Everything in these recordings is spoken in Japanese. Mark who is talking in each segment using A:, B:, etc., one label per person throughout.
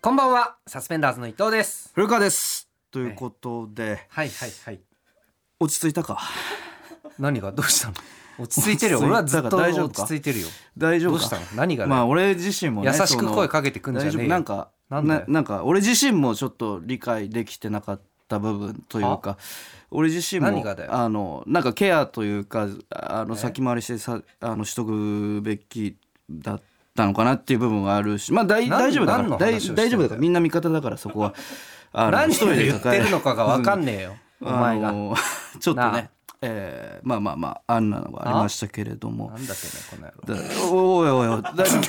A: こんばんはサスペンダーズの伊藤です
B: 古川ですということで、
A: はいはいはい
B: 落ち着いたか
A: 何がどう したの落ち着いてるよ
B: 落ち着いた
A: 俺はずっと
B: 大丈夫
A: 落
B: か
A: ち着いてるよ
B: 大丈
A: ど
B: 夫
A: う
B: か
A: したの何がだ
B: まあ
A: よ
B: 俺自身もね
A: 優し
B: その
A: く声かけてくんじゃねえ
B: 大
A: よ
B: 丈夫なんか
A: な
B: なん
A: だよ
B: ななんか俺自身もちょっと理解できてなかった部分というか俺自身も
A: 何がだよ
B: あのなんかケアというかあの先回りしてさあのしとくべきだったのかなっていう部分はあるしまあ大
A: 何
B: 大丈夫だか
A: 何の
B: ら
A: 話を
B: 大
A: してんだよ
B: 大丈夫だからみんな味方だから そこはあの
A: 何
B: 一人
A: を
B: で
A: 言っ
B: 抱
A: て
B: え
A: るのかが分かんねえよ、お前がなんだ
B: あの ちょっと
A: なあ
B: ねえーまあまあまああんなのがありましたけれども
A: っけねこの野郎
B: だおいおいおい大丈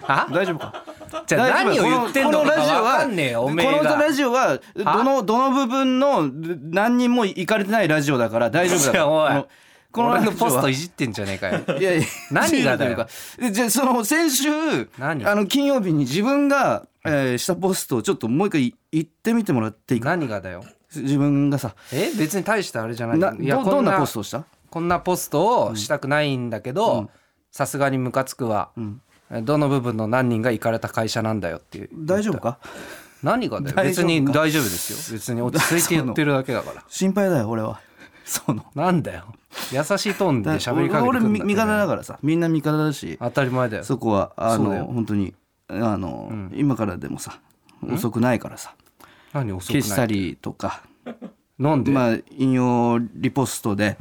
B: か
A: あ
B: 大丈夫か
A: じゃあ
B: 大丈夫
A: 何を言ってんのか分かんねえよお
B: こ
A: めえ
B: のラ
A: が
B: ジオはどのどの部分の何人も行かれてないラジオだから大丈夫だから
A: いやおい
B: この
A: 俺
B: ラジ
A: の
B: オ
A: ポスト
B: はい
A: じってんじゃねえかよ
B: いやいや
A: 何がだよ
B: 自由と いうかじゃあその先週あ
A: 何
B: の金曜日に自分が、えーしたポストをちょっともう一回行ってみてもらっていいか
A: 何がだよ
B: 自分がさ
A: え別に大したあれじゃない
B: な
A: よいや
B: どどんなポストをした
A: こんなポストをしたくないんだけどさすがにムカつくわ、どの部分の何人が行かれた会社なんだよっていう
B: 大丈夫か
A: 何がだよ
B: 大
A: 別
B: 丈夫か
A: に大丈夫ですよ別に落ち着いて言ってるだけだから
B: 心配だよ俺は その
A: なんだよ優しいトーンで喋りかけてく
B: 俺
A: んだ
B: 俺味方だからさみんな味方だし
A: 当たり前だよ
B: そこはあ
A: そうだよ
B: の本当にあの、今からでもさ遅くないからさ
A: 何遅
B: 消
A: く
B: し
A: な
B: た
A: い
B: りとか、
A: なんで、
B: まあ、引用リポストで、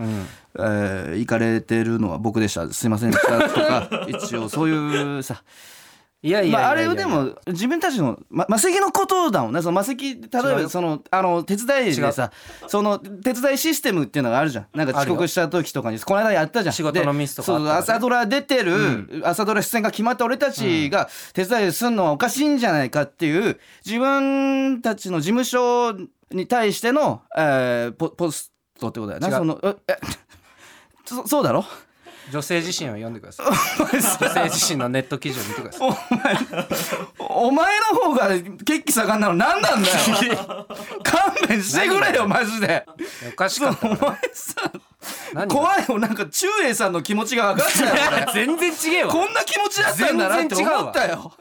B: えー行かれてるのは僕でしたすいませんでした」とか 一応そういうさ
A: いやいやいやい
B: ま
A: や
B: あ、あれをでも自分たちの、ま、魔石のことだもんねその魔石例え
A: 違うよ
B: ばそのあの手伝いでさその手伝いシステムっていうのがあるじゃんなんか
A: ある
B: 遅
A: よ
B: 刻した時とかにこの間やったじゃん
A: 仕事のミスとかあ
B: で
A: っ
B: そ
A: たからね
B: う朝ドラ出てる、朝ドラ出演が決まった俺たちが手伝いするのはおかしいんじゃないかっていう自分たちの事務所に対しての、えーポポストってことだよね
A: 違う
B: そのええそそうだろ
A: 女性自身を読んでく ださい女性自身のネット記事を見てください
B: お前の方が血気盛んなの何なんだよ勘弁してくれよマジで
A: いやおかしかった
B: お前さ
A: 何が
B: 怖いよなんか中英さんの気持ちが分かっ
A: い
B: た よ
A: や全然違えわ
B: こんな気持ちだったんだなって思ったよ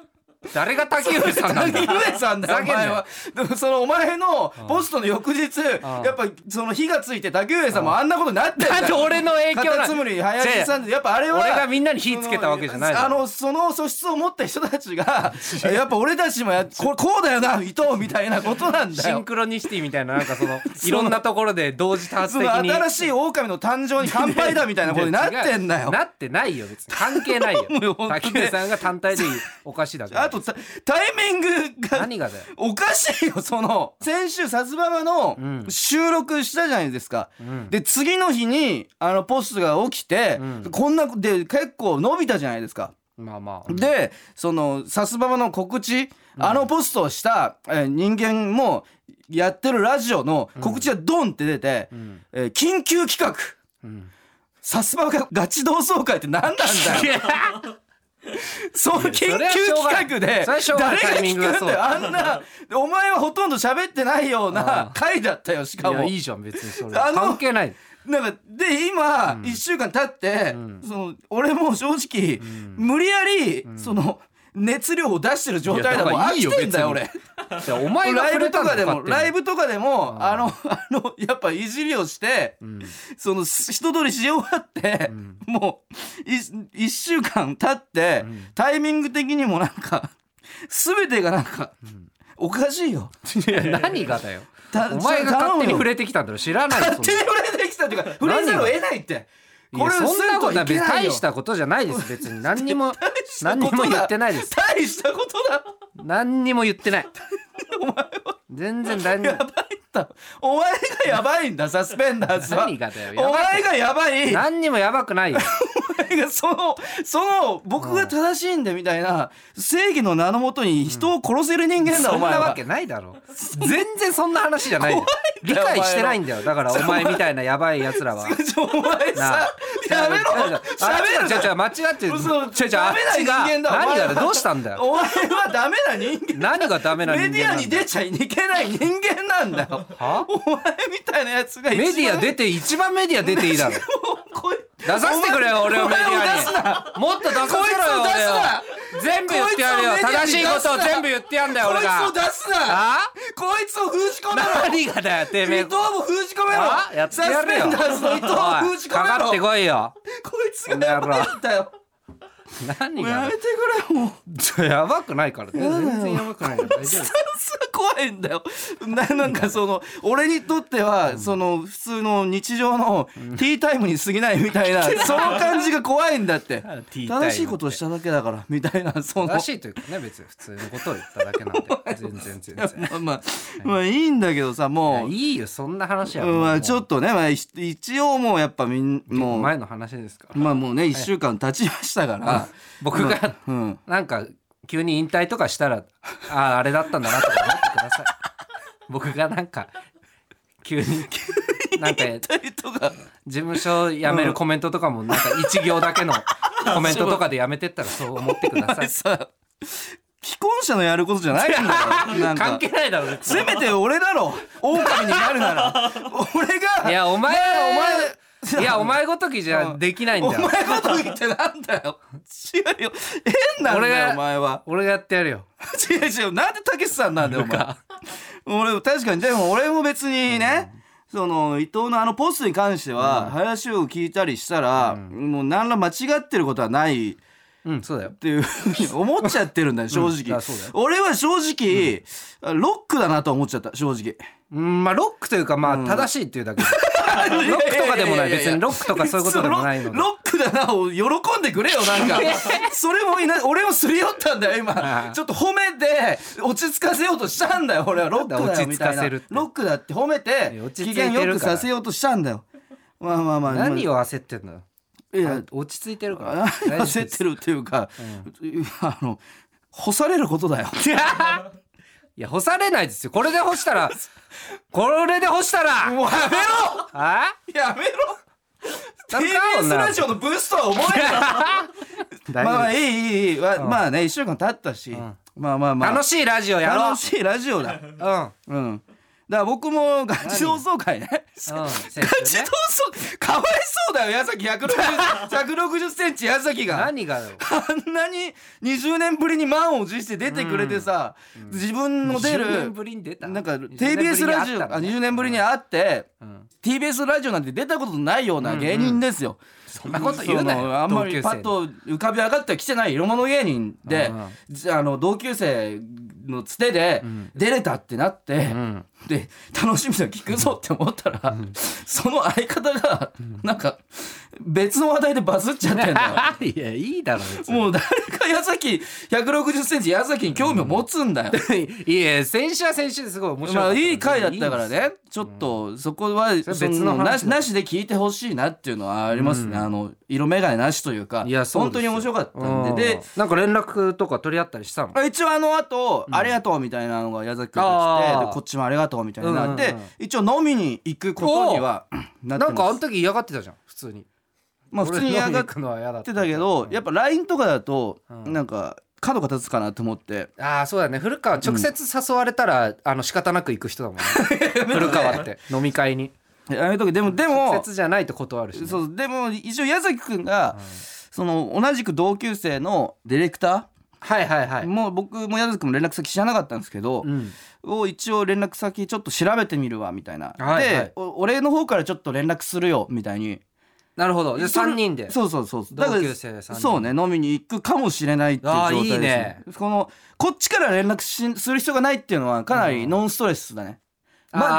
A: 誰が竹内さんなんだよ
B: 中英さんだ
A: ふ
B: よ
A: ざけ
B: お
A: んな
B: 前
A: よ
B: はでもそのお前のポストの翌日やっぱその火がついて竹上さんもあんなことに なってんだよ
A: だって俺の 影響なん
B: カタツムリ林さんでやっぱあれは
A: 俺がみんなに火つけたわけじゃないだろ
B: あのその素質を持った人た ちがやっぱ俺たちもやここうだよな伊藤みたいなことなんだ
A: シン
B: よ
A: クロニシティみたいななんかそ のいろんなところで同時多発
B: そ
A: 的
B: の
A: に
B: 新しい狼の誕生に乾杯だみたいなことになってんだよ
A: なって ないよ別に関係 ない
B: 頼む
A: よ
B: よ本当に
A: 竹内さんが単体でおかしいだけ
B: あとたタイミングが
A: 何がだよ
B: おかしいよその先週さすばまの収録したじゃないですか、で次の日にあのポストが起きて、こんなで結構伸びたじゃないですか
A: まあまあ
B: でそのさすばまの告知あのポストをした、えー人間もやってるラジオの告知がドンって出て、
A: ん
B: えー緊急企画
A: うん
B: さすばまがガチ同窓会って何なんだよ
A: いや
B: その緊急
A: それはしょうがない
B: 企画で
A: それはしょうがない
B: 誰が
A: タイミングが
B: 聞く
A: そ
B: ん
A: う
B: だよあんなお前はほとんど喋ってないよう
A: ああ
B: な回だったよしか
A: いや
B: も
A: いいじゃん別にそれ
B: あの
A: 関係ない
B: なんかで今1週間経って、その俺も正直、無理やり、その熱量を出してる状態だ
A: いや
B: もん
A: だから
B: 飽
A: いいよ
B: きてんだよ
A: 別
B: 俺
A: じゃあお前が
B: ライ
A: 触
B: ブ
A: れ
B: と
A: たんだ
B: か
A: よ
B: でも
A: 勝手に
B: ライブとかでもあのあのやっぱいじりをして、そのす人通りし終わって、もうい1週間経って、タイミング的にもなんか全てがなんか、おかしいよ。
A: いや何がだよ
B: た
A: お前が勝手に触
B: れ
A: れてきたんだろ知らないよ
B: 勝手に触れてきたっていうか触れざるを得ないって。
A: そんないやそんなことは別に大し
B: 大
A: たことじゃないです別に何にも
B: した
A: 何に
B: こ
A: も
B: とだ
A: 言ってないです
B: 大したことだ。
A: 何にも言って ない全然大丈
B: やばいんだ。お前がやばいんだサスペンダーズは。
A: 何がだよやば
B: お
A: い
B: 前がやばい。
A: 何にもやばくないよ
B: なんかそのその僕が正しいんだみたいな正義の名のもとに人を殺せる人間だ、
A: そ
B: お
A: ん
B: 前
A: な
B: は
A: わけないだろ全然そんな話じゃないよ
B: いん
A: 理
B: だよ
A: 解してないんだよだからお前みたいなやばいやつらは
B: ちょお前
A: な
B: さやめろ喋る
A: じゃ
B: な
A: じゃ間違ってる
B: 嘘
A: ちょちょあ
B: ダ
A: っ
B: メな
A: ちが
B: 人間だお
A: 何
B: 前
A: がどうしたんだよ
B: お前はダメな人間
A: 何がダメな人間
B: メ
A: なんだ
B: ディア
A: よ
B: に出ちゃいけない人間なんだよ
A: は
B: お前みたいなやつが一番
A: メディア出て一番メディア出ていいだろ
B: こい
A: 出させてくれよ俺をメディ
B: お前を出すな
A: アにもっと出させろよ
B: こいつを出すな
A: 俺全部言ってやるよ
B: こいつをメディアに
A: 正しいことを
B: 出すな
A: 全部言ってやんだよ
B: こ
A: 俺
B: いつを
A: が
B: 出すな
A: あ
B: こいつを封じ込めろ
A: 何がだよてめ
B: 伊
A: え
B: 藤も封じ込め
A: あや
B: ろ
A: ってや
B: サス
A: る
B: ペ
A: よ
B: ンダーズの伊藤
A: お
B: を
A: い
B: 封じ込
A: か
B: め
A: か
B: ろ
A: ってこいよ
B: こいつがやばいんだよ
A: 何
B: もう
A: が
B: やめてくれよもう
A: ちょやばくないからね全然やばくないから大丈夫
B: スタンスが怖いんだよななんかその俺にとってはその普通の日常のティータイムに過ぎないみ たいなその感じが怖いんだって
A: 何ティータイムっ
B: 正
A: て
B: しいことをしただけだからみたいなその
A: 正しいというかね別に普通のことを言っただけなんで 全然全然
B: まあまあまあいいんだけどさもう
A: いいよそんな話や
B: うんま
A: も
B: あ
A: う
B: ちょっとねまあひ一応もうやっぱみんもう
A: 前の話ですから
B: まあもうね1週間経ちましたから
A: 僕が
B: うん
A: なんか急に引退とかしたらあああれだったんだなとか思ってください 僕がなんか急になんか事
B: 二人とか
A: 務所辞めるコメントとかもなんか一行だけのコメントとかでやめてったらそう思ってください
B: さ既婚者のやることじゃないんだよなんか
A: 関係ないだろ別に
B: せめて俺だろ狼になるなら俺が
A: いやお前
B: お
A: お前い
B: 前
A: やお前ごときじゃできないん
B: お
A: だ
B: 前
A: よ
B: ごときってなんだよ違うよ変なんだ
A: 俺
B: よ
A: が
B: お前は
A: 俺がやってやるよ
B: 違う違うなんでたけしさんなんだよお前俺確かにでも俺も別にね、その伊藤のあのポストに関しては話を聞いたりしたら、もう何ら間違ってることはない
A: うんそうだよ
B: っていうふうに思っちゃってるんだよ正
A: うん
B: 直、
A: あそうだよ
B: 俺は正直、ロックだなと思っちゃった正直
A: うんまあロックというかまあ正しいっていうだけでロックとかでもない
B: いやいやいやいや
A: 別にロックとかそういうことでもないの
B: そ
A: で
B: のロックだなを喜んでくれよな んかそれもいな俺もすり寄ったんだよ
A: あ
B: 今
A: あ
B: ちょっと褒めて落ち着かせようとしたんだよ俺はロックだ
A: なんだ
B: よ
A: 落ち
B: み
A: 着か
B: たい
A: せ
B: な
A: るって
B: ロックだって褒め
A: い
B: て
A: や落ち着
B: 機
A: いてる
B: 嫌
A: から
B: よくさせようとしたんだよまあまあまあ
A: 何を焦ってんの
B: いや
A: あ落ち着いてるから
B: あ焦って
A: る
B: るっていうか、あの干されることだよ
A: いや干されないですよこれで干した らこれで干したら
B: もうやめろ
A: あ
B: やめろ
A: 戦う
B: TBS
A: な
B: ラジオのブースとは思え
A: 大
B: ないまあまあ
A: 丈
B: いいいいいい、わまあね1週間経ったし、まあまあ
A: 夫
B: まあ
A: 楽しいラジオやろう
B: 楽しいラジオだ
A: うんうん
B: うんだから僕もガチ同窓会ね
A: 先週
B: 自
A: ね
B: 動走かわいそうだよ矢崎1 6 0センチ矢崎が
A: 何がだよ
B: あんなに20年ぶりに満を持して出てくれてさ、自分の出
A: 20年
B: る
A: ぶりに出た
B: なんか
A: 20年ぶりに
B: TBS ラジ
A: 会っ
B: オ
A: た
B: あ
A: んだ
B: 20年ぶりに会って、
A: うん
B: TBS ラジオなんて出たことないような芸人ですよ、
A: そんなこと言うな
B: そ
A: よ
B: のあんまり
A: 同級
B: パ
A: 生
B: ッ
A: に
B: と浮かび上がってはきてない色物芸人で、
A: うん
B: じあの同級生のつてで出れたってなって、
A: ん
B: で楽しみだ聞くぞって思ったら、その相方がなんか別の話題でバズっちゃって んだよ。
A: いやいいだろ別に
B: もう誰か矢崎160センチ矢崎に興味を持つんだよ。
A: いや先週は先週ですごい面白
B: ま
A: か
B: あ
A: った
B: いい回だったからね。ちょっとそこは
A: それ
B: そ
A: 別の話
B: のな
A: だ
B: しなしで聞いてほしいなっていうのはありますね。あの色眼鏡なしというか、
A: いやそう
B: 本
A: です
B: 当
A: よ
B: に面白かったんで
A: う
B: で
A: ん。なんか連絡とか取り合ったりしたの
B: あ一応あの後、ありがとうみたいなのが矢崎君が来
A: あ
B: て
A: ー
B: でこっちもありがとうみたいになって、
A: うんうんうん
B: 一応飲みに行くことにはなって
A: なんかあ
B: ま
A: の
B: す
A: 時嫌がってたじゃん普通に
B: まあ普通に嫌
A: 俺飲み
B: が
A: に行
B: っ
A: くのは嫌だって
B: たけどやっぱ LINE とかだと
A: うん
B: なんか角が立つかなと思って
A: ああそうだね古川直接誘われたら、あの仕方なく行く人だも んね古川って飲み会に
B: やめとけでもで
A: 直
B: も
A: 接じゃないと断るしね、
B: そうでも一応矢崎君が、その同じく同級生のディレクタ
A: はいはいは
B: ー、
A: い、
B: もう僕も矢崎君も連絡先知らなかったんですけど、
A: うん、
B: を一応連絡先ちょっと調べてみるわみたいな、
A: はいはい
B: でお俺の方からちょっと連絡するよみたいに
A: なるほどで
B: それ
A: 3人で
B: そうそうそうだから
A: 同級生3人
B: そうね飲みに行くかもしれないっていう状態です、
A: あーい
B: このこっちから連絡しする必要がないっていうのはかなりノンストレスだね、ま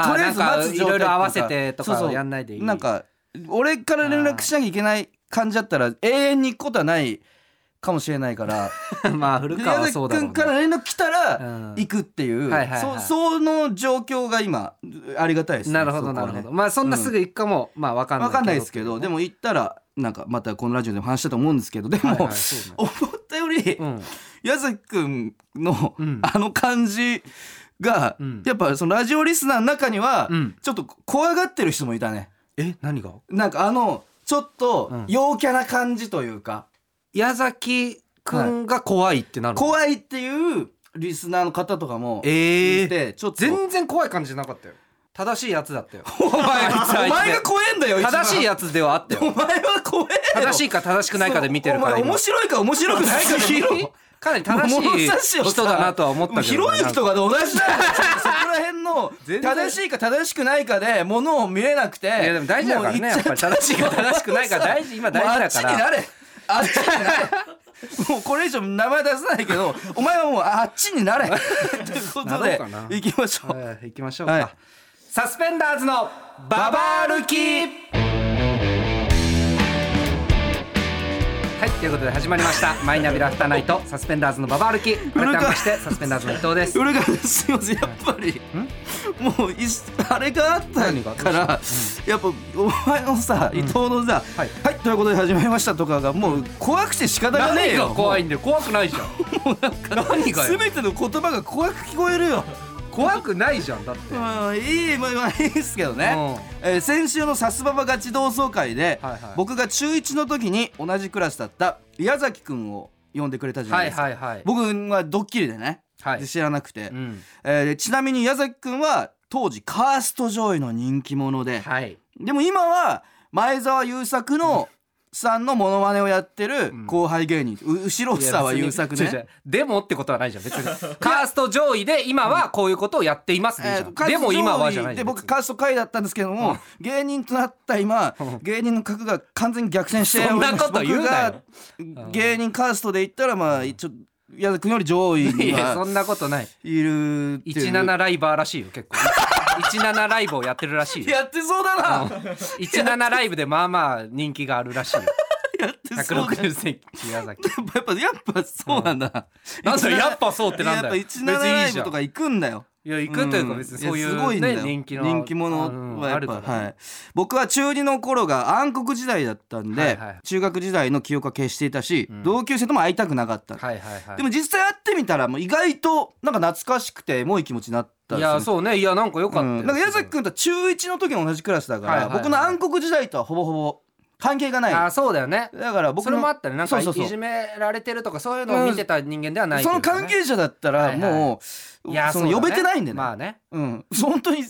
A: あ
B: あ
A: ー
B: とりあえず待つ状態っ
A: なんかいろ
B: てう
A: いろ合わせてとか
B: そうそう
A: やんないでいい
B: なんか俺から連絡しなきゃいけない感じだったら永遠に行くことはないかもしれないから
A: まあ古川
B: 宮
A: は
B: 崎
A: そうだろう、ね、
B: 君から連絡来たら、
A: うん
B: 行くっていう、
A: はいはいはい
B: そその状況が今ありがたいですね
A: なるほど
B: そこ
A: な
B: は
A: る
B: ね
A: ほどまあそんなすぐ行くかも、まあわかんない
B: わかんないですけどでも行ったらなんかまたこのラジオでも話したと思うんですけどでも、
A: はいはいそうね
B: 思ったより、
A: うん
B: 矢崎くんの、
A: うん
B: あの感じが、
A: うん
B: やっぱそのラジオリスナーの中には、
A: うん
B: ちょっと怖がってる人もいたね
A: え何が
B: なんかあのちょっと
A: うん
B: 陽キャな感じというか、
A: 矢崎くんが怖いってなるの、
B: 怖いっていうリスナーの方とかもい
A: ええ
B: て、ちょっと
A: 全然怖い感じじゃなかったよ正しいやつだ ったよ
B: お前お前が怖えんだよ一番
A: 正しいやつではあった
B: お
A: よ
B: 前は怖えよ
A: 正しいか正しくないかで見てるから
B: お前面白いか面白くないかで見
A: そう
B: ろ
A: かなり正しい人だなとは思ったけどね
B: ひろゆきとかで同じだよそこら辺の
A: 全然
B: 正しいか正しくないかでものを見れなくてい
A: いやでも大事だからねやっぱり正しいか正しくないか大事今大事だから
B: あっちになれあっちになれもうこれ以上名前出さないけどお前はもうあっち になれということ
A: なろう
B: で
A: かな
B: 行きましょう
A: はい行きましょうか、
B: はい
A: サスペンダーズのババ歩きはいということで始まりま した「マイナビラフターナイトサスペンダーズのババ歩き」改めま してサスペンダーズの伊藤です
B: 俺がすいませんやっぱりもういあれがあった
A: 何が
B: からやっぱお前のさ伊藤のさ「
A: はい
B: はいということで始まりました」とかがもう怖くて仕方がねえ
A: 何
B: よ
A: が怖いんだよ怖くないじゃん何が
B: す
A: よ
B: べての言葉が怖く聞こえるよ
A: 怖くないじゃんだって、
B: うんいいまあまあいいですけどね、えー先週のさすばばガチ同窓会で、
A: はいはい
B: 僕が中1の時に同じクラスだった宮崎くんを呼んでくれたじゃな
A: はいい
B: ですか、
A: はいはい
B: 僕はドッキリでね、
A: はい
B: で知らなくて、
A: うん
B: えーでちなみに宮崎くんは当時カースト上位の人気者で、
A: はい
B: でも今は前澤友作のさんのモノマネをやってる後輩芸人、う後ろ沢
A: いや
B: 優
A: 別に
B: 作
A: 違う違
B: ね
A: うでもってことはないじゃん 別にカースト上位で今はこういうことをやっていますね、
B: え
A: じゃ
B: ー
A: ん
B: カース
A: で
B: ト上
A: も
B: 位
A: 今はじゃない
B: で僕
A: 別に
B: カースト下位だったんですけども、芸人となった今芸人の格が完全に逆転して
A: そんなこと言うなよ
B: 僕が芸人カーストで言ったらまあちょっと矢田君より上位
A: い
B: に
A: やそ
B: は
A: んなことない
B: いるっていう
A: 17ライバーらしいよ結構 17ライブをやってるらしいよ
B: や ってそうだな
A: 17ライブでまあまあ人気があるらしい よ
B: やってそうだ
A: 160センチ宮崎
B: やっぱやっぱそうなんだ。
A: なんだよやっぱそうってなんだよ
B: やっぱ17ライブとか行くんだよ。
A: いや行くというか別にそうい
B: んやすご
A: うん
B: だ
A: ね、
B: よ
A: 人気の
B: 人気
A: あの
B: 者はや
A: あ
B: っ
A: る
B: ぱ、
A: から、
B: はい、僕は中二の頃が暗黒時代だったんで、
A: はいはい
B: 中学時代の記憶は消していたし、同級生とも会いたくなかった、
A: はいはいはい
B: でも実際会ってみたらもう意外となんか懐かしくてエモい気持ちになったん
A: い
B: ですよね
A: やそうねいやなんか良かったよ、
B: うん、なんか矢崎君と中1の時の同じクラスだから、
A: はいはいはい
B: 僕の暗黒時代とはほぼほぼ関係がない
A: あ
B: だ
A: ーそうだよね
B: から僕
A: そ
B: の
A: れもあったねなん
B: そ
A: か
B: う
A: い
B: そうそう
A: じめられてるとかそういうのを見てた人間ではないけ
B: そ
A: ど、
B: の
A: ね、
B: 関係者だったら
A: はいはい
B: もう、
A: いや
B: そ
A: そ
B: の
A: う
B: 呼
A: だね
B: べてないんでね、
A: まあね
B: うん本当に帰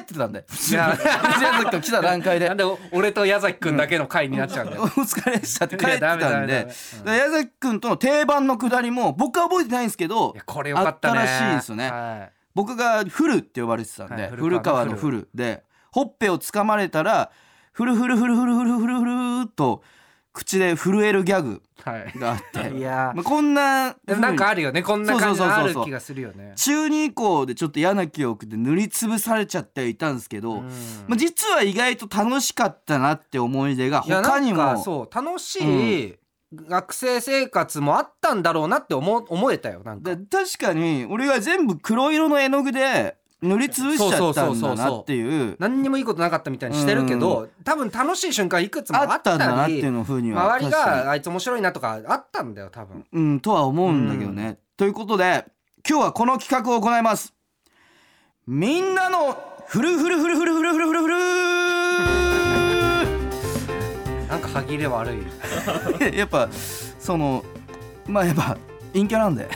B: ってたんで
A: いや
B: 藤原君来た段階で
A: なんで俺と矢崎くんだけの回になっちゃうんだ
B: お
A: よ、
B: 疲れでした って帰って
A: いやダ
B: たん
A: メダメダ
B: で
A: メ
B: で矢崎君との定番のくだりも僕は覚えてないんですけど
A: いやこれ良かったね
B: あったらしいですよね
A: はい
B: 僕が「フル」って呼ばれてたんで、
A: はい
B: 古川の「フル」でほっぺをつかまれたら「フルフルフルフルフルフルフル」と口で震えるギャグ
A: はい
B: があって
A: いやー
B: まあ、こんな
A: でもなんかあるよねこんな感じのあ
B: そうそうそう
A: る
B: そう
A: 気がするよね
B: 中2以降でちょっと嫌な記憶で塗りつぶされちゃっていたんですけど、
A: うん
B: まあ、実は意外と楽しかったなって思い出が
A: いや
B: 他に
A: なん
B: も
A: かそう楽しい学生生活もあったんだろうなって思う思えたよなんか
B: で確かに俺が全部黒色の絵の具で塗りつぶしちゃったんだなっていう
A: 何にもいいことなかったみたいにしてるけど多分楽しい瞬間いくつもあ
B: あ
A: っ
B: ったんだな
A: た
B: っていう
A: り
B: のふうには
A: 周り
B: 確かに
A: があいつ面白いなとかあったんだよ多分
B: うんとは思うんだけどね。ということで今日はこの企画を行います。みんなのフルフルフルフルフルフルフルフル
A: なんか歯切れ悪い
B: やっぱそのまあやっぱ陰キャ なんで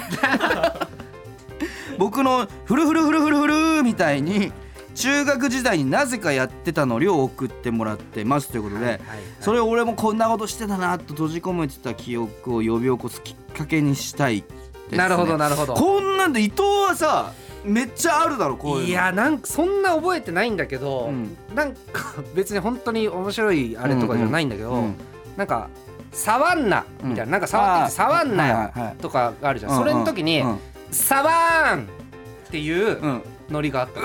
B: 僕のフルフルフルフルフルみたいに中学時代になぜかやってたのりを送ってもらってますということで、そ
A: れ
B: れを俺もこんなことしてたなと閉じ込めてた記憶を呼び起こすきっかけにしたいですね
A: なるほどなるほど
B: こんなんで伊藤はさめっちゃあるだろこういうの
A: いやなんかそんな覚えてないんだけど、
B: うん
A: なんか別に本当に面白いあれとかじゃないんだけど、
B: うん
A: なんか「触んな」みたいな、なんか触って
B: あー
A: て「触んなよ」
B: はいはいはい
A: とかがあるじゃん、
B: うんうん
A: それの時に
B: うん
A: 「触、ん」っていう
B: うん
A: ノリがあった、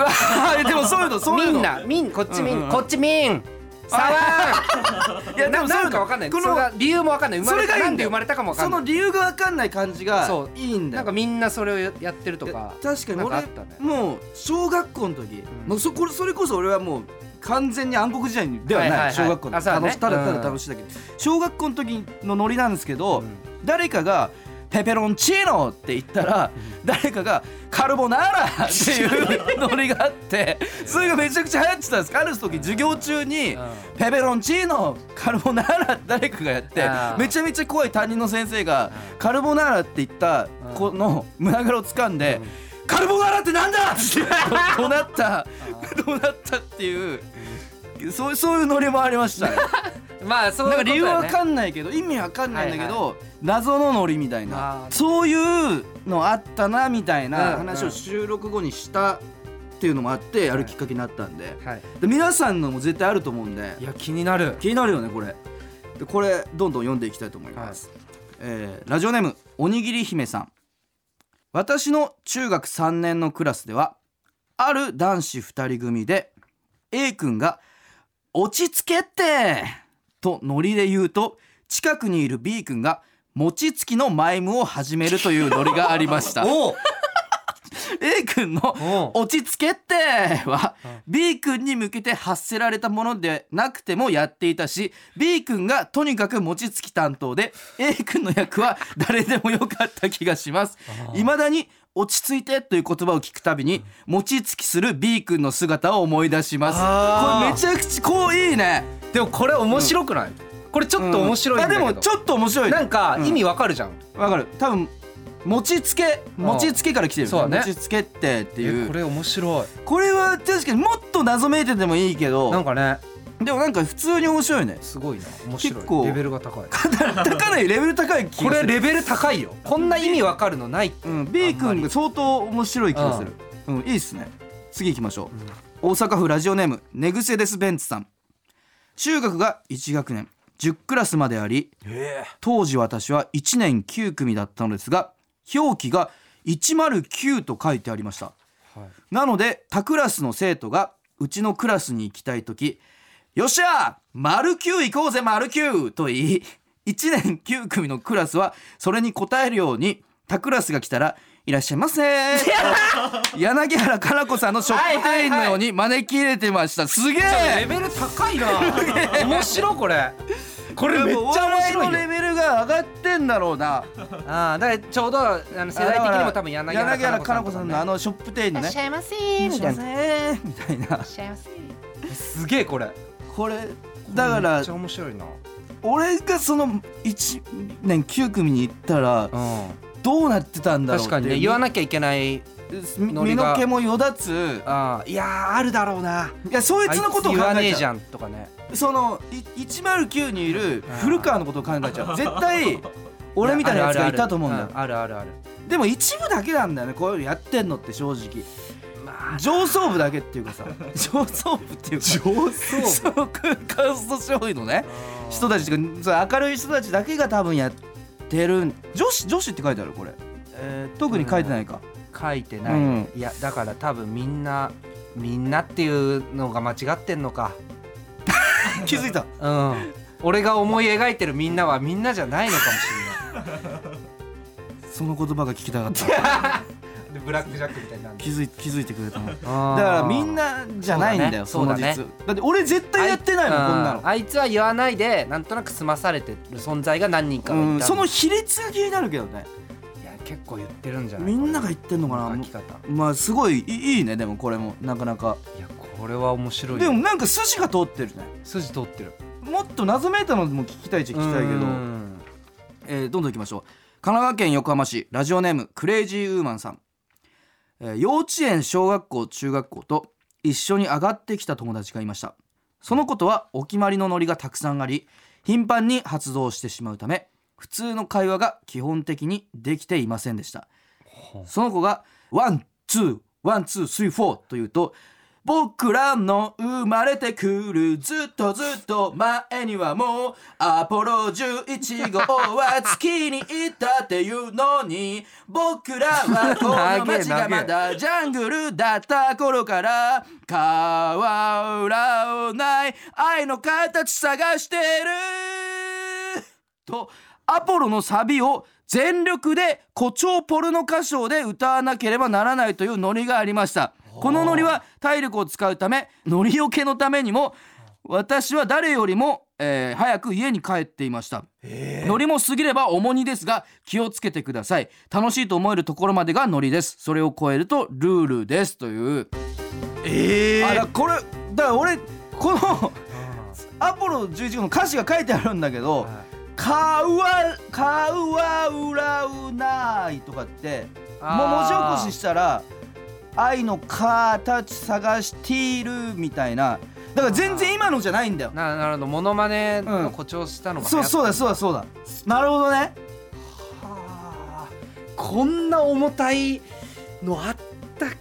B: あでもそういうのそういう
A: み
B: の
A: んなみんこっちみん、
B: うんうんうん
A: こっちみん触ん
B: いやで
A: な
B: もそうい
A: な
B: うの
A: んかわかんない
B: こ
A: そ
B: の
A: れが理由もわかんない生まれ
B: それがい
A: な
B: いんだよ
A: んで生まれたかもわか
B: そ
A: んな
B: の
A: い
B: 理由が分かんない感じが
A: そう
B: いいんだよ
A: なんかみんなそれをややってるとか
B: いや確かに
A: なんか
B: 俺
A: あったね
B: もう小学校の時、
A: うん
B: もうそこれそれこそ俺はもう完全に暗黒時代ではない,、
A: はいはいはい
B: 小学校の
A: あそうだね
B: 楽しだただ楽しいだけど、小学校の時のノリなんですけど、
A: うん
B: 誰かが「ペペロンチーノ!」って言ったら、誰かが「カルボナーラ!」って いうノリがあってそれがめちゃくちゃ流行ってたんですある時授業中に、
A: うん
B: ペペロンチーノカルボナーラって誰かがやって
A: あー
B: めちゃめちゃ怖い担任の先生がカルボナーラって言った子の胸ぐらを掴んで「カルボナーラってなんだ!」 って怒鳴った怒鳴ったっていうそうそういうノリもありましたね
A: まあ そうい
B: な
A: うんこ
B: か
A: と
B: 理由
A: だよ
B: わ
A: ね
B: かんないけど意味わかんないんだけど、
A: は
B: 謎のノリみたいな
A: あー
B: そういうのあったなみたいな話
A: うんうん
B: を収録後にしたっていうのもあってやるきっかけになったんで,、
A: はい
B: で皆さんのも絶対あると思うんで
A: いや気になる
B: 気になるよねこれでこれどんどん読んでいきたいと思います、えーラジオネームおにぎり姫さん私の中学3年のクラスではある男子2人組で A 君が「落ち着けって!」とノリで言うと近くにいる B 君が餅つきのマイムを始めるというノリがありまし た
A: おう
B: A 君の
A: おう
B: 落ち着けっては
A: うん
B: B 君に向けて発せられたものでなくてもやっていたし B 君がとにかく餅つき担当で A 君の役 は誰でもよかった気がします
A: あー
B: いまだに落ち着いてという言葉を聞くたびに餅つきする B 君の姿を思い出します
A: あー
B: これめちゃくちゃこういいね
A: でもこれ面白くない、これちょっと面白いんだけど、
B: あでもちょっと面白い
A: なんか意味わかるじゃん、
B: わかる多分餅つけ
A: うん
B: 餅つけから来てる
A: そうだね
B: 餅つけってってい
A: え
B: う
A: こ
B: これ
A: れ面白
B: は確かにもっと謎めいててもいいけど
A: いなんかね
B: でもなんか普通に面白い ね
A: すごいな面白い
B: 結構
A: レベルが高い
B: 高いレベル高い気
A: こ
B: が
A: れ
B: する
A: レベル高いよこんな意味わかるのない
B: うん、B 君が相当面白い気がするうん、いいっすね次行きましょう、大阪府ラジオネーム寝癖ですベンツさん中学が1学年10クラスまであり
A: え
B: 当時私は1年9組だったのですが表記が109と書いてありました
A: えはい、
B: なので他クラスの生徒がうちのクラスに行きたい時「よっしゃ丸9行こうぜ丸9!」と言い1年9組のクラスはそれに応えるように他クラスが来たら「いらっしゃいませ」柳原加奈子さんのショップ店員のように招き入れてましたすげ
A: レ
B: え
A: ベル高いな 面白いこれこれめっ
B: もうお
A: ちゃ面
B: 笑い
A: 白
B: の
A: いよ
B: レベルが上がってんだろうな
A: ああだからちょうどあの世代的にも多分柳原
B: 柳原加奈子さんのあ
A: の
B: のショップ店員のね
C: いませ
B: 「い
C: ー
B: らっしゃいませ」みたいな
C: っしゃいませ
A: すげえこれ
B: これだか
A: め
B: ら
A: っちゃ面白いな
B: 俺がその1年9組に行ったら
A: うん
B: どうなってたんだろう
A: 確
B: って
A: かにね言わ
B: な
A: なきゃいけないノ
B: 身
A: リが
B: の毛もよだつ
A: ああいやーあるだろうない
B: やそい
A: あい
B: つのことを考
A: 言わね
B: え
A: え
B: ち
A: じ
B: ゃ
A: ゃ
B: うん
A: とかね
B: そのい109にいる古川のことを考えちゃう絶対俺みたいなやつがいたと思うんだよ
A: あるあるある
B: でも一部だけなんだよねこういうのやってんのって正直
A: まあ
B: 上層部だけっていう かさ上層部っていうか上層部カースト上位のね人たちがそう明るい人たちだけが多分やってるん女子女子って書いてあるこれ、えー特に書いてないか、
A: 書いてない、
B: うん
A: いやだから多分みんなみんなっていうのが間違ってんのか
B: 気づいた
A: うん俺が思い描いてるみんなはみんなじゃないのかもし
B: その言葉が聞きたかった
A: れないブラックジャックみたいになる
B: 気づい気づいてくれ たのだか
A: だから
B: みんなじゃないんだよ
A: そ
B: そうの
A: だ
B: 実
A: ね
B: だって俺絶対やってないもんこんなの
A: あいつは言わないでなんとなく済まされてる存在が何人か
B: う
A: がい
B: ん
A: た
B: その比率が気になるけどね
A: いや結構言ってるんじゃない
B: みんなが言
A: っ
B: ってんのかな
A: 書き方
B: まあすごいいいいいねでもこれもなかなか
A: いやこれは面白い
B: でもなんか筋が通ってるね
A: 筋通ってる
B: もっと謎めいたのも聞きたいっちゃ聞きたいけど
A: うん
B: えーどんどん行きましょう神奈川県横浜市ラジオネームクレイジーウーマンさん、えー幼稚園小学校中学校と一緒に上がってきた友達がいましたそのことはお決まりのノリがたくさんあり頻繁に発動してしまうため普通の会話が基本的にできていませんでした
A: ほ
B: その子が「ワンツーワンツースリーフォー」と言うと「僕らの生まれてくるずっとずっと前にはもうアポロ11号は月に行ったっていうのに僕らはこの街がまだジャングルだった頃から変わらない愛の形探してる」とアポロのサビを全力で誇張ポルノ歌唱で歌わなければならないというノリがありましたこのノリは体力を使うためノリよけのためにも私は誰よりも、えー早く家に帰っていました、ノリも過ぎれば重荷ですが気をつけてください楽しいと思えるところまでがノリですそれを超えるとルールですという
A: え
B: あだからこれだから俺このアポロ11号の歌詞が書いてあるんだけど、かうわ「かうわうらうない」とかってもう文字起こししたら「愛の形探している」みたいなだから全然今のじゃないんだよ
A: ななるほどモノマネの誇張したのが流行っ
B: そう
A: た
B: そうだそうだそうだなるほどね
A: はあこんな重たいのあったか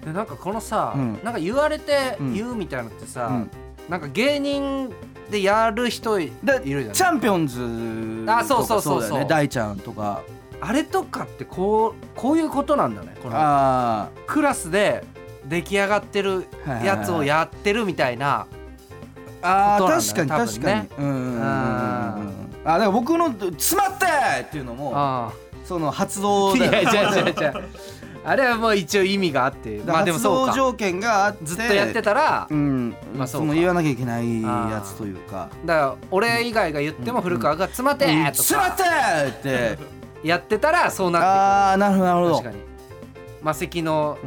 A: なでなんかこのさ、
B: うん
A: なんか言われて
B: うん
A: 言うみたいなのってさ、
B: うん
A: なんか芸人でやる人い
B: だ
A: いるじ
B: チ
A: ゃん
B: ャンピオンズ
A: あそうそうそうそう
B: とかだよね大ちゃんとか
A: あれとかってこうこういうことなんだねこの
B: あ
A: クラスで出来上がってるやつをやってるみたいな
B: ーあ
A: ことなん
B: ー
A: だ
B: 確かに
A: 多
B: 確
A: 分
B: か
A: ね
B: にうんうんうんうんうん
A: あ
B: あだから僕の「詰まって!」っていうのも
A: あ
B: その発
A: あ
B: 動
A: い
B: だよ
A: やいやいやい やあれはもう一応意味があってまあでも
B: 発
A: そう
B: 動
A: か
B: 条件があって
A: ずっとやってたら
B: うん
A: まあそう
B: そ
A: か
B: の言わなきゃいけないやつというか
A: だから俺以外が言っても古川が「詰まって!」
B: うん
A: と
B: 詰まっ
A: か
B: て!」って
A: やってたらそうなっ
B: ああなるほどなる
A: て
B: ほ
A: くる
B: ど
A: 確かに魔石の
B: う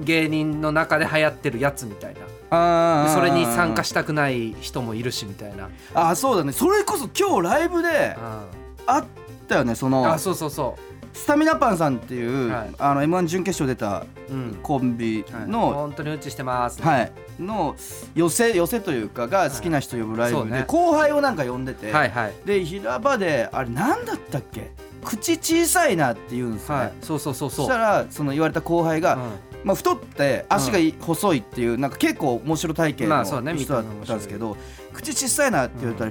B: ん
A: 芸人の中で流行ってるやつみたいな
B: あ
A: で
B: ー
A: それに参加したくない人もいるしみたいな
B: あーそうだねそれこそ今日ライブで
A: あ
B: あったよねその
A: あそうそうそ
B: スタミナパンさんっていう、
A: はい
B: あの m 1準決勝出た
A: ううん
B: コンビ
A: はい
B: の、
A: 本当にうんちしてます
B: はいの寄せ寄せというかが好きな人呼ぶライブで、
A: そうね
B: 後輩をなんか呼んでて、
A: はいはい
B: で平場であれなんだったっけ口小さいなって言うんですね、
A: はいそうそうそう
B: そ
A: そう
B: したらその言われた後輩が、
A: う
B: まあ、太って足が細いっていうなんか結構面白体型
A: まあそうね
B: の人だったんですけど、口小さいなって言われたら「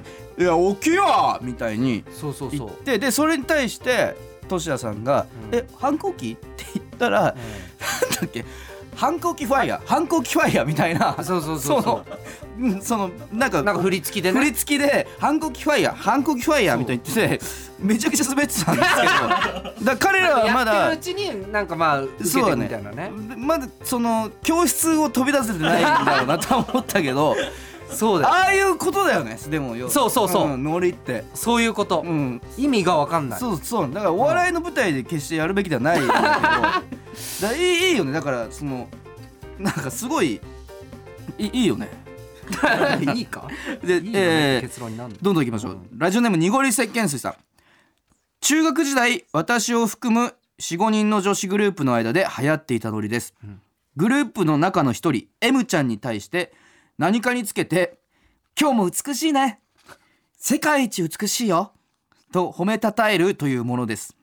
A: う
B: いや起きろ!」みたいに
A: んそうそう
B: 言
A: そ
B: っ
A: う
B: てでそれに対してとしやさんが「
A: うん
B: え反抗期?」って言ったら、なんだっけ反抗期ファイヤー反抗期ファイヤーみたいな
A: そうそうそうそ
B: そのうんそのなんか
A: うなんか振り付きで
B: 振り
A: ね
B: 付きで反抗期ファイヤー反抗期ファイヤーみたいに言っててめちゃくちゃ滑ってたんですけどだから彼らはま
A: やっ
B: だ
A: てるうちになんかまあ受けて
B: そうだ
A: る
B: ね
A: みたいなね
B: まだその教室を飛び出せてないんだろうなとは思ったけど
A: そうだよ
B: ああいうことだよねでもよ
A: そうそうそうん
B: ノリって。
A: そういうこと
B: うん、
A: 意味がわかんない
B: そうそうだからお笑いの舞台で決してやるべきではないんだけど だいいいいよねだからそのなんかすごいいいいよね
A: いいか
B: で
A: いいよね
B: えー
A: 結論になる
B: どんどんいきましょう、ラジオネーム濁り石鹸水さん中学時代私を含む45人の女子グループの間で流行っていたノリです、
A: ん
B: グループの中の一人 M ちゃんに対して何かにつけて「今日も美しいね世界一美しいよ」と褒めたたえるというものです、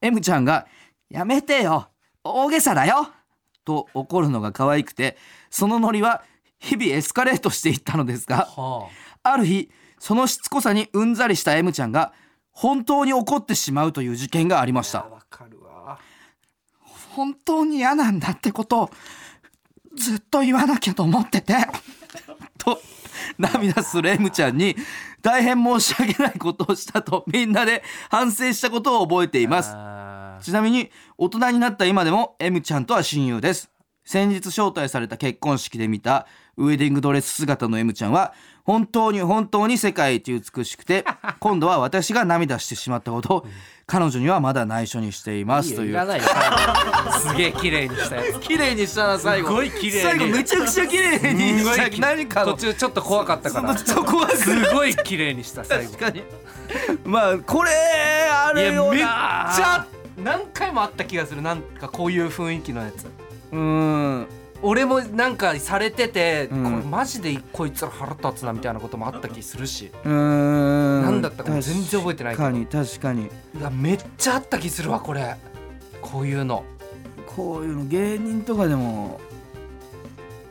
B: M ちゃんが「やめてよ大げさだよ」と怒るのが可愛くてそのノリは日々エスカレートしていったのですが
A: は
B: ある日そのしつこさにうんざりした M ちゃんが本当に怒ってしまうという事件がありまし
A: あ
B: た
A: わかるわ
B: 本当に嫌なんだってことをずっと言わなきゃと思っててと涙する M ちゃんに大変申し訳ないことをしたとみんなで反省したことを覚えています
A: あー
B: ちなみに大人になった今でも M ちゃんとは親友です先日招待された結婚式で見たウエディングドレス姿の M ちゃんは本当に本当に世界一美しく て今度は私が涙してしまったことを彼女にはまだ内緒にしていま
A: いい
B: す
A: よ
B: とい
A: いうらないよ すげえ綺麗にしたやつ
B: 綺麗にしたな最後
A: すごい綺麗に
B: 最後めちゃくちゃ綺麗に
A: すごい
B: した
A: 綺麗
B: 何か
A: 途
B: の
A: 中ちょっと怖かったから
B: そこは
A: すごい綺麗にした最後
B: 確かにまあこれあ
A: い
B: る
A: や
B: よな
A: めっちゃ何回もあった気がするなんかこういう雰囲気のやつ
B: うん
A: 俺もなんかされてて、
B: うん
A: これマジでこいつら腹立つなみたいなこともあった気するし、
B: うーん
A: 何だったかも全然覚えてないけど
B: 確かに確かに
A: いやめっちゃあった気するわこれこういうの
B: こういうの芸人とかでも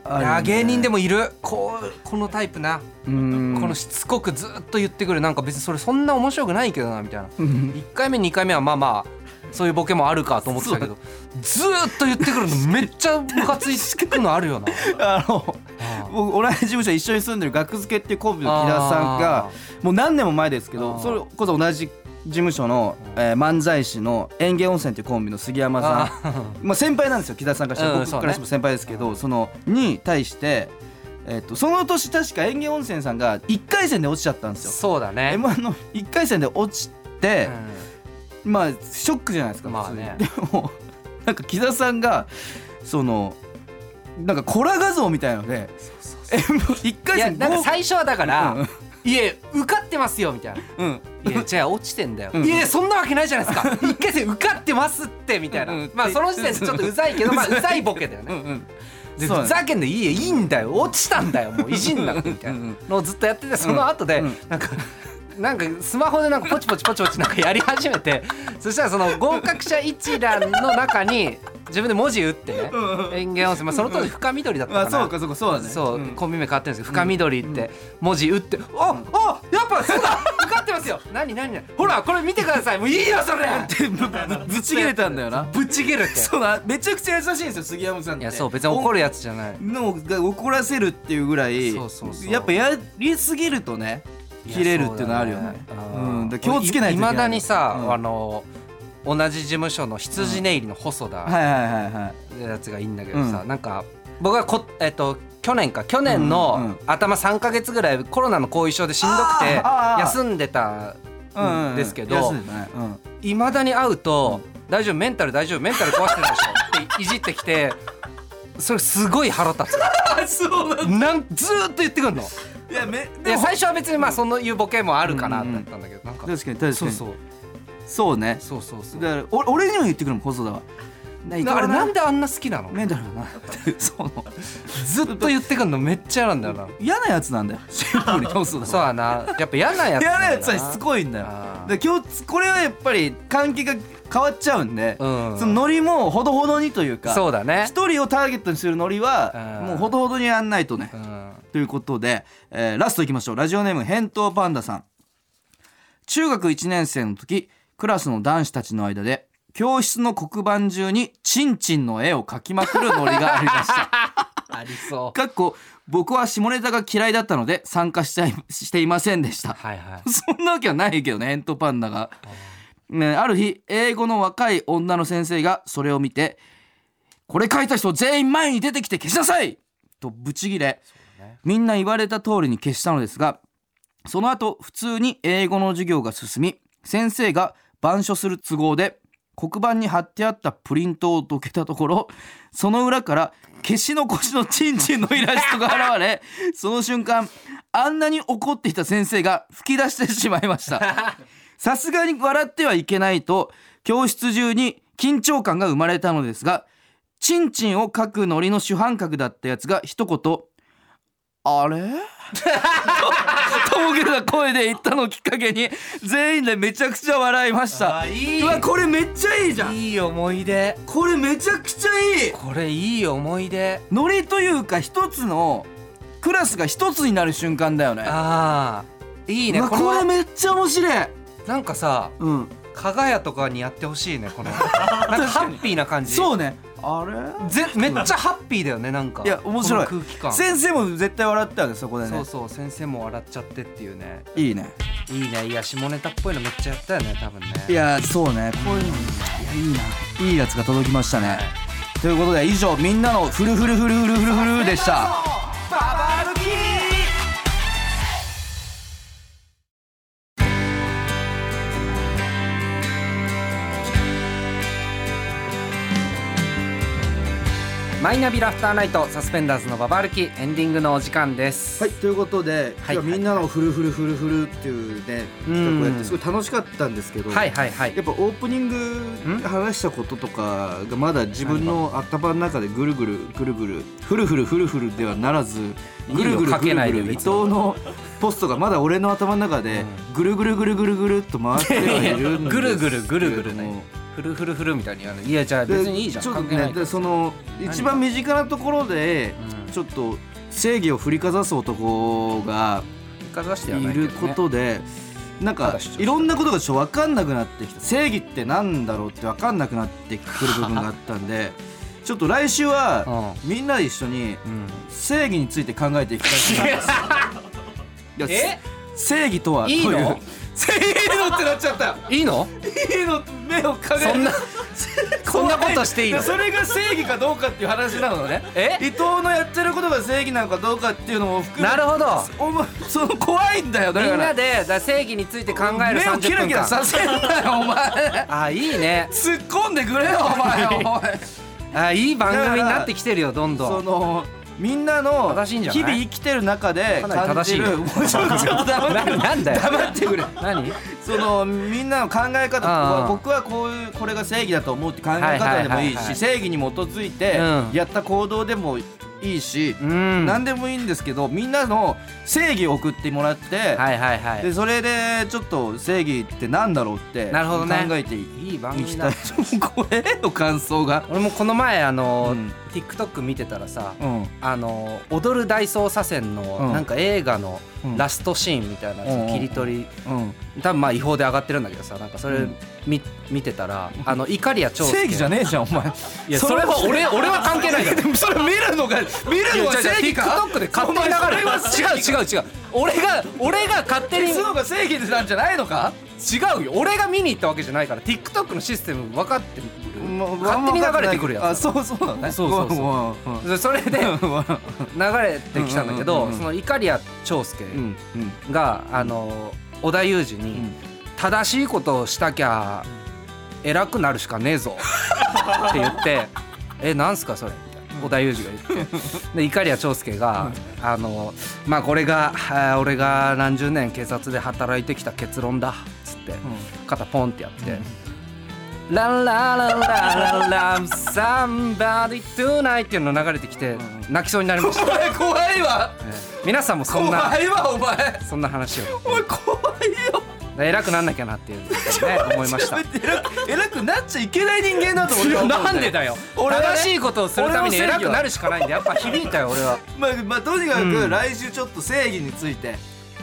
B: あ
A: いや芸人で
B: も
A: もいるこうこのタイプな、
B: うん
A: このしつこくずっと言ってくるなんか別にそれそんな面白くないけどなみたいな
B: うん
A: 1回目2回目はまあまあそういうボケもあるかと思ってたけどずーっと言ってくるのめっちゃムカついくのあるよな
B: あの
A: あ
B: 僕お笑い事務所一緒に住んでる学付けっていうコンビの 木田さんが
A: あ
B: もう何年も前ですけ
A: あ
B: ど
A: ー
B: それこそ同じ事務所の、えー漫才師の園芸温泉っていうコンビの杉山さん
A: あ
B: まあ、先輩なんですよ木田さんからしたら、
A: うん
B: 僕
A: そう
B: か
A: ね
B: らしても先輩ですけど、そのに対して、えっとその年確か園芸温泉さんが1回戦で落ちちゃったんですよ。
A: そうだね、
B: m 1の1回戦で落ちて、まあショックじゃないですか、
A: まあね
B: 普通にで もなんか木田さんがそのなんかコラ画像みたいので1
A: うん、い
B: 回
A: や
B: 戦
A: なんか
B: 合
A: 最初はだから「
B: うん
A: いえ受かってますよ」み たいな
B: うんう
A: 「
B: ん
A: いやじゃあ落ちてんだよ」
B: うん
A: いやそんなわけないじゃないですか一回戦受かってますって」みたいな、
B: うん
A: まあその時点でちょっとうざいけどまあうざいボケだよ
B: う
A: ね
B: んうん
A: で
B: そうだ
A: ふ
B: ね
A: ざけんでいいよいいんだよ落ちたんだよもういじんなみたいなのをずっとやっててその後で
B: うん
A: なんか。なんかスマホでなんかポチポチポチポチなんかやり始めてそしたらその合格者一覧の中に自分で文字打ってね園芸温泉、まあ、その当時深緑だったか
B: あ
A: な
B: そうかそうかそうだね
A: そう、
B: ん
A: コンビ名変わってるんですけど深緑って文字打って、ああやっぱそうだ受かってますよ何何何ほらこれ見てくださいもういいよそれ
B: でぶぶぶち切れたんだよな
A: ぶっちぎるって
B: そうだめちゃくちゃ優しいんですよ杉山さんって
A: いやそう別に怒るやつじゃない
B: のが怒らせるっていうぐらい
A: そうそうそう
B: やっぱやりすぎるとね切れるっていうのあるよねうん、だから気をつけないといけな
A: ま
B: い
A: だにさ、
B: うん
A: あの同じ事務所の羊ネイリの細
B: は
A: 田
B: いはいはいはい
A: やつがいいんだけどさ、
B: う
A: なんか僕はこえっと去年か去年
B: うんう
A: の
B: ん
A: 頭3か月ぐらいコロナの後遺症でしんどくて
B: あーあー
A: 休んでたんですけ
B: 安
A: ど
B: いねうん
A: いまだに会うと「大丈夫メンタル大丈夫メンタル壊してる でしょ」っていじってきてそれすごい腹立
B: あそうなんだ
A: つなんずーっと言ってくんの。
B: いやめ
A: い
B: で
A: や
B: も
A: 最初は別にまあそのいうボケもあるかな
B: う
A: と
B: んうんう
A: 思
B: ん
A: ったんだけどなんか
B: 確かに確かに
A: そうそう
B: そうね
A: そうそうそう
B: だからお俺にも言ってくるもん細田は
A: なんかあれなんであんな好きなの
B: メンタルだな ってその
A: ずっと言ってくんのめっちゃ嫌なんだよな
B: 嫌なやつなんだよシンプルに細田
A: そう
B: は
A: やなやっぱ嫌なやつ
B: 嫌
A: なんだ
B: な
A: な
B: やつはしつこいんだよ
A: あー
B: で今日これはやっぱり関係が変わっちゃうんで、
A: うん
B: そのノリもほどほどにというか
A: そうだね
B: 一人をターゲットにするノリは
A: うん
B: もうほどほどにやんないとね、
A: うん
B: ということで、えーラストいきましょうラジオネーム返答パンダさん中学1年生の時クラスの男子たちの間で教室の黒板中にチンチンの絵を描きまくるノリがありました
A: ありそう
B: かっこ僕は下ネタが嫌いだったので参加しちゃいしていませんでした
A: はいはい
B: そんなわけはないけどねヘントパンダが、ね、ある日英語の若い女の先生がそれを見て「これ書いた人全員前に出てきて消しなさい!」とブチギレ
A: だね
B: みんな言われた通りに消したのですがその後普通に英語の授業が進み先生が板書する都合で黒板に貼ってあったプリントをどけたところその裏から消し残しのチンチンのイラストが現れその瞬間あんなに怒っていた先生が吹き出してしまいましたさすがに笑ってはいけないと教室中に緊張感が生まれたのですがチンチンを書くノリの主犯格だったやつが一言「あれ?」 とぼけた声で言ったのをきっかけに全員でめちゃくちゃ笑いました
A: あいいう
B: わこれめっちゃいいじゃん
A: いい思い出
B: これめちゃくちゃいい
A: これいい思い出
B: ノリというか一つのクラスが一つになる瞬間だよね
A: ああいいね
B: うわ
A: こ
B: これ
A: の
B: めっちゃ面白い
A: なんかさ
B: うん
A: 加賀屋とかにやってほしいね このなんかハッピーな感じ
B: そうねあれ
A: ぜめっちゃハッピーだよねなんか
B: いや面白い
A: この空気感
B: 先生も絶対笑ったよねそこでね
A: そうそう先生も笑っちゃってっていうね
B: いいね
A: いいねいや下ネタっぽいのめっちゃやったよね多分ね
B: いやそうねこういうのいやいいないいやつが届きましたねということで以上みんなのフルフルフルフルフルフルでした
A: ババ抜きマイナビラフターナイトサスペンダーズのババ歩きエンディングのお時間です。
B: はい、ということで、
A: はい
B: 今日はみんなのフルフルフルフルっていうね、
A: うん
B: 企画をやってすごい楽しかったんですけど、
A: はいはいはい
B: やっぱオープニング話したこととかがまだ自分の頭の中でぐるぐるぐるぐるフルフルフルフルではならずぐるぐる
A: か
B: ぐ
A: け
B: る
A: ない
B: ぐ
A: で
B: る伊
A: 別に
B: 藤のポストがまだ俺の頭の中でぐるぐるぐるぐるぐるっと回ってはいるんですけども
A: ぐるぐるぐるぐるね。ふるふるふるみたいにやる。いやじゃあ
B: で
A: 別にいいじゃん。
B: ちょっと
A: 関係な
B: ね
A: いか
B: で
A: ら
B: その一番身近なところで
A: うん
B: ちょっと正義を振りかざす男が
A: かざしてはないいけど
B: る
A: ね
B: こ。とでなん
A: た
B: か
A: だ主張した
B: いろんなことがちょっと分かんなくなってきた正義ってなんだろうって分かんなくなってくる部分があったんで ちょっと来週はみんなで一緒に
A: うん。
B: 正義について考えていきたいと思いますいや
A: え
B: 正義とはと
A: いい
B: いう
A: の
B: 正義のってなっちゃった
A: いいの？
B: いいの目をか
A: そん なそんなことしていいの？
B: それが正義かどうかっていう話なのね
A: え
B: 伊藤のやってることが正義なのかどうかっていうのも含め
A: なるほど。
B: お前その怖いんだよだ
A: み
B: から
A: んなでだから正義について考える
B: 目を
A: 三十
B: キラ
A: 分
B: キラ
A: 間。
B: させ んなよお前
A: あいいね。
B: 突っ込んでくれよお前お前
A: あいい番組になってきてるよどんど
B: そ
A: ん。
B: のみんなの
A: 正しいんじゃない
B: 日々生きてる中で
A: かなり
B: 感
A: 正し
B: じ
A: いよ
B: るもう ちょっとちょっと黙
A: な
B: ってくれ
A: なんだよ。
B: 黙ってくれ
A: 何？
B: そのみんなの考え方僕
A: う
B: は
A: ん
B: 僕はこういうこれが正義だと思うって考
A: は
B: え
A: いはい
B: 方で
A: はい
B: も
A: はい
B: いいし正義に基づいて
A: うん
B: やった行動でもいいし、
A: うん
B: 何でもいいんですけどみんなの正義を送ってもらって、
A: はいはいは
B: でそれでちょっと正義ってなんだろうって
A: なるほどね
B: 考えてい
A: いいい番
B: いき
A: 組
B: た
A: だ
B: い これの感想が、
A: 俺もこの前あの、
B: うん
A: TikTok 見てたらさ
B: うん、
A: あの踊る大捜査線
B: う
A: の
B: ん
A: なんか映画の
B: うん
A: ラストシーンみたいな
B: うん
A: やつ切り取り
B: うん、
A: 多分まあ違法で上がってるんだけどさなんかそれ
B: うん
A: 見見てたらあの怒りや長
B: 正義じゃ
A: ね
B: ねえじゃんお前
A: いやそれは俺俺は関係ないだろ
B: でもそれ見るのが見
A: い
B: る
A: や
B: の
A: 違う違う
B: が正義か
A: TikTok で勝手に流
B: お前それは正
A: れる違う違う違う俺が俺が勝手に
B: 消すのが正義なんじゃないのか
A: 違うよ俺が見に行ったわけじゃないから TikTok のシステム分かってる勝手に流れてくるや
B: あ
A: つ
B: そうそうだね
A: そうそうそうん
B: うん
A: でそれで流れてきたんだけど、
B: うんうんうんうん
A: その怒りや長介
B: うんうん
A: が、あの織田裕二に、
B: うん
A: 正しいことをしたきゃ偉くなるしかねえぞ」って言って 「えなんすかそれ」みたいな織田裕二 が言ってで怒りや長介が「あのまあこれがあー俺が何十年警察で働いてきた結論だ」っつって肩ポンってやって。ランラララララサンバディトゥナイっていうの流れてきて泣きそうになりました、
B: お前怖いわ
A: えー皆さんもそんな
B: 怖いわお前
A: そんな話を
B: お前怖いよ
A: 偉くなんなきゃな っていう、ね、思いました
B: 偉く偉くなっちゃいけない人間だと俺は思うんだよ
A: なんでだよ
B: 俺はね
A: 正しいことをするために偉くなるしかないんでやっぱ響いたよ俺 は
B: まあまあとにか
A: う
B: く
A: ん
B: 来週ちょっと正義について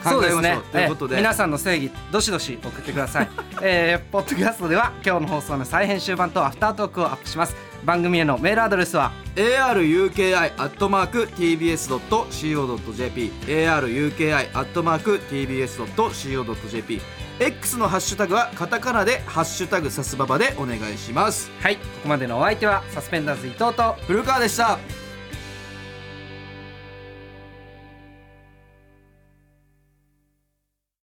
B: 考えましょうということで
A: ええ皆さんの正義どしどし送ってくださ い、えー、ポッドキャストでは今日の放送の再編集版とアフタートークをアップします番組へのメールアドレスは
B: aruki.tbs.co.jp aruki.tbs.co.jp X のハッシュタグはカタカナで「ハッシュタグさすばば」でお願いします
A: はいここまでのお相手はサスペンダーズ伊藤と
B: 古川でした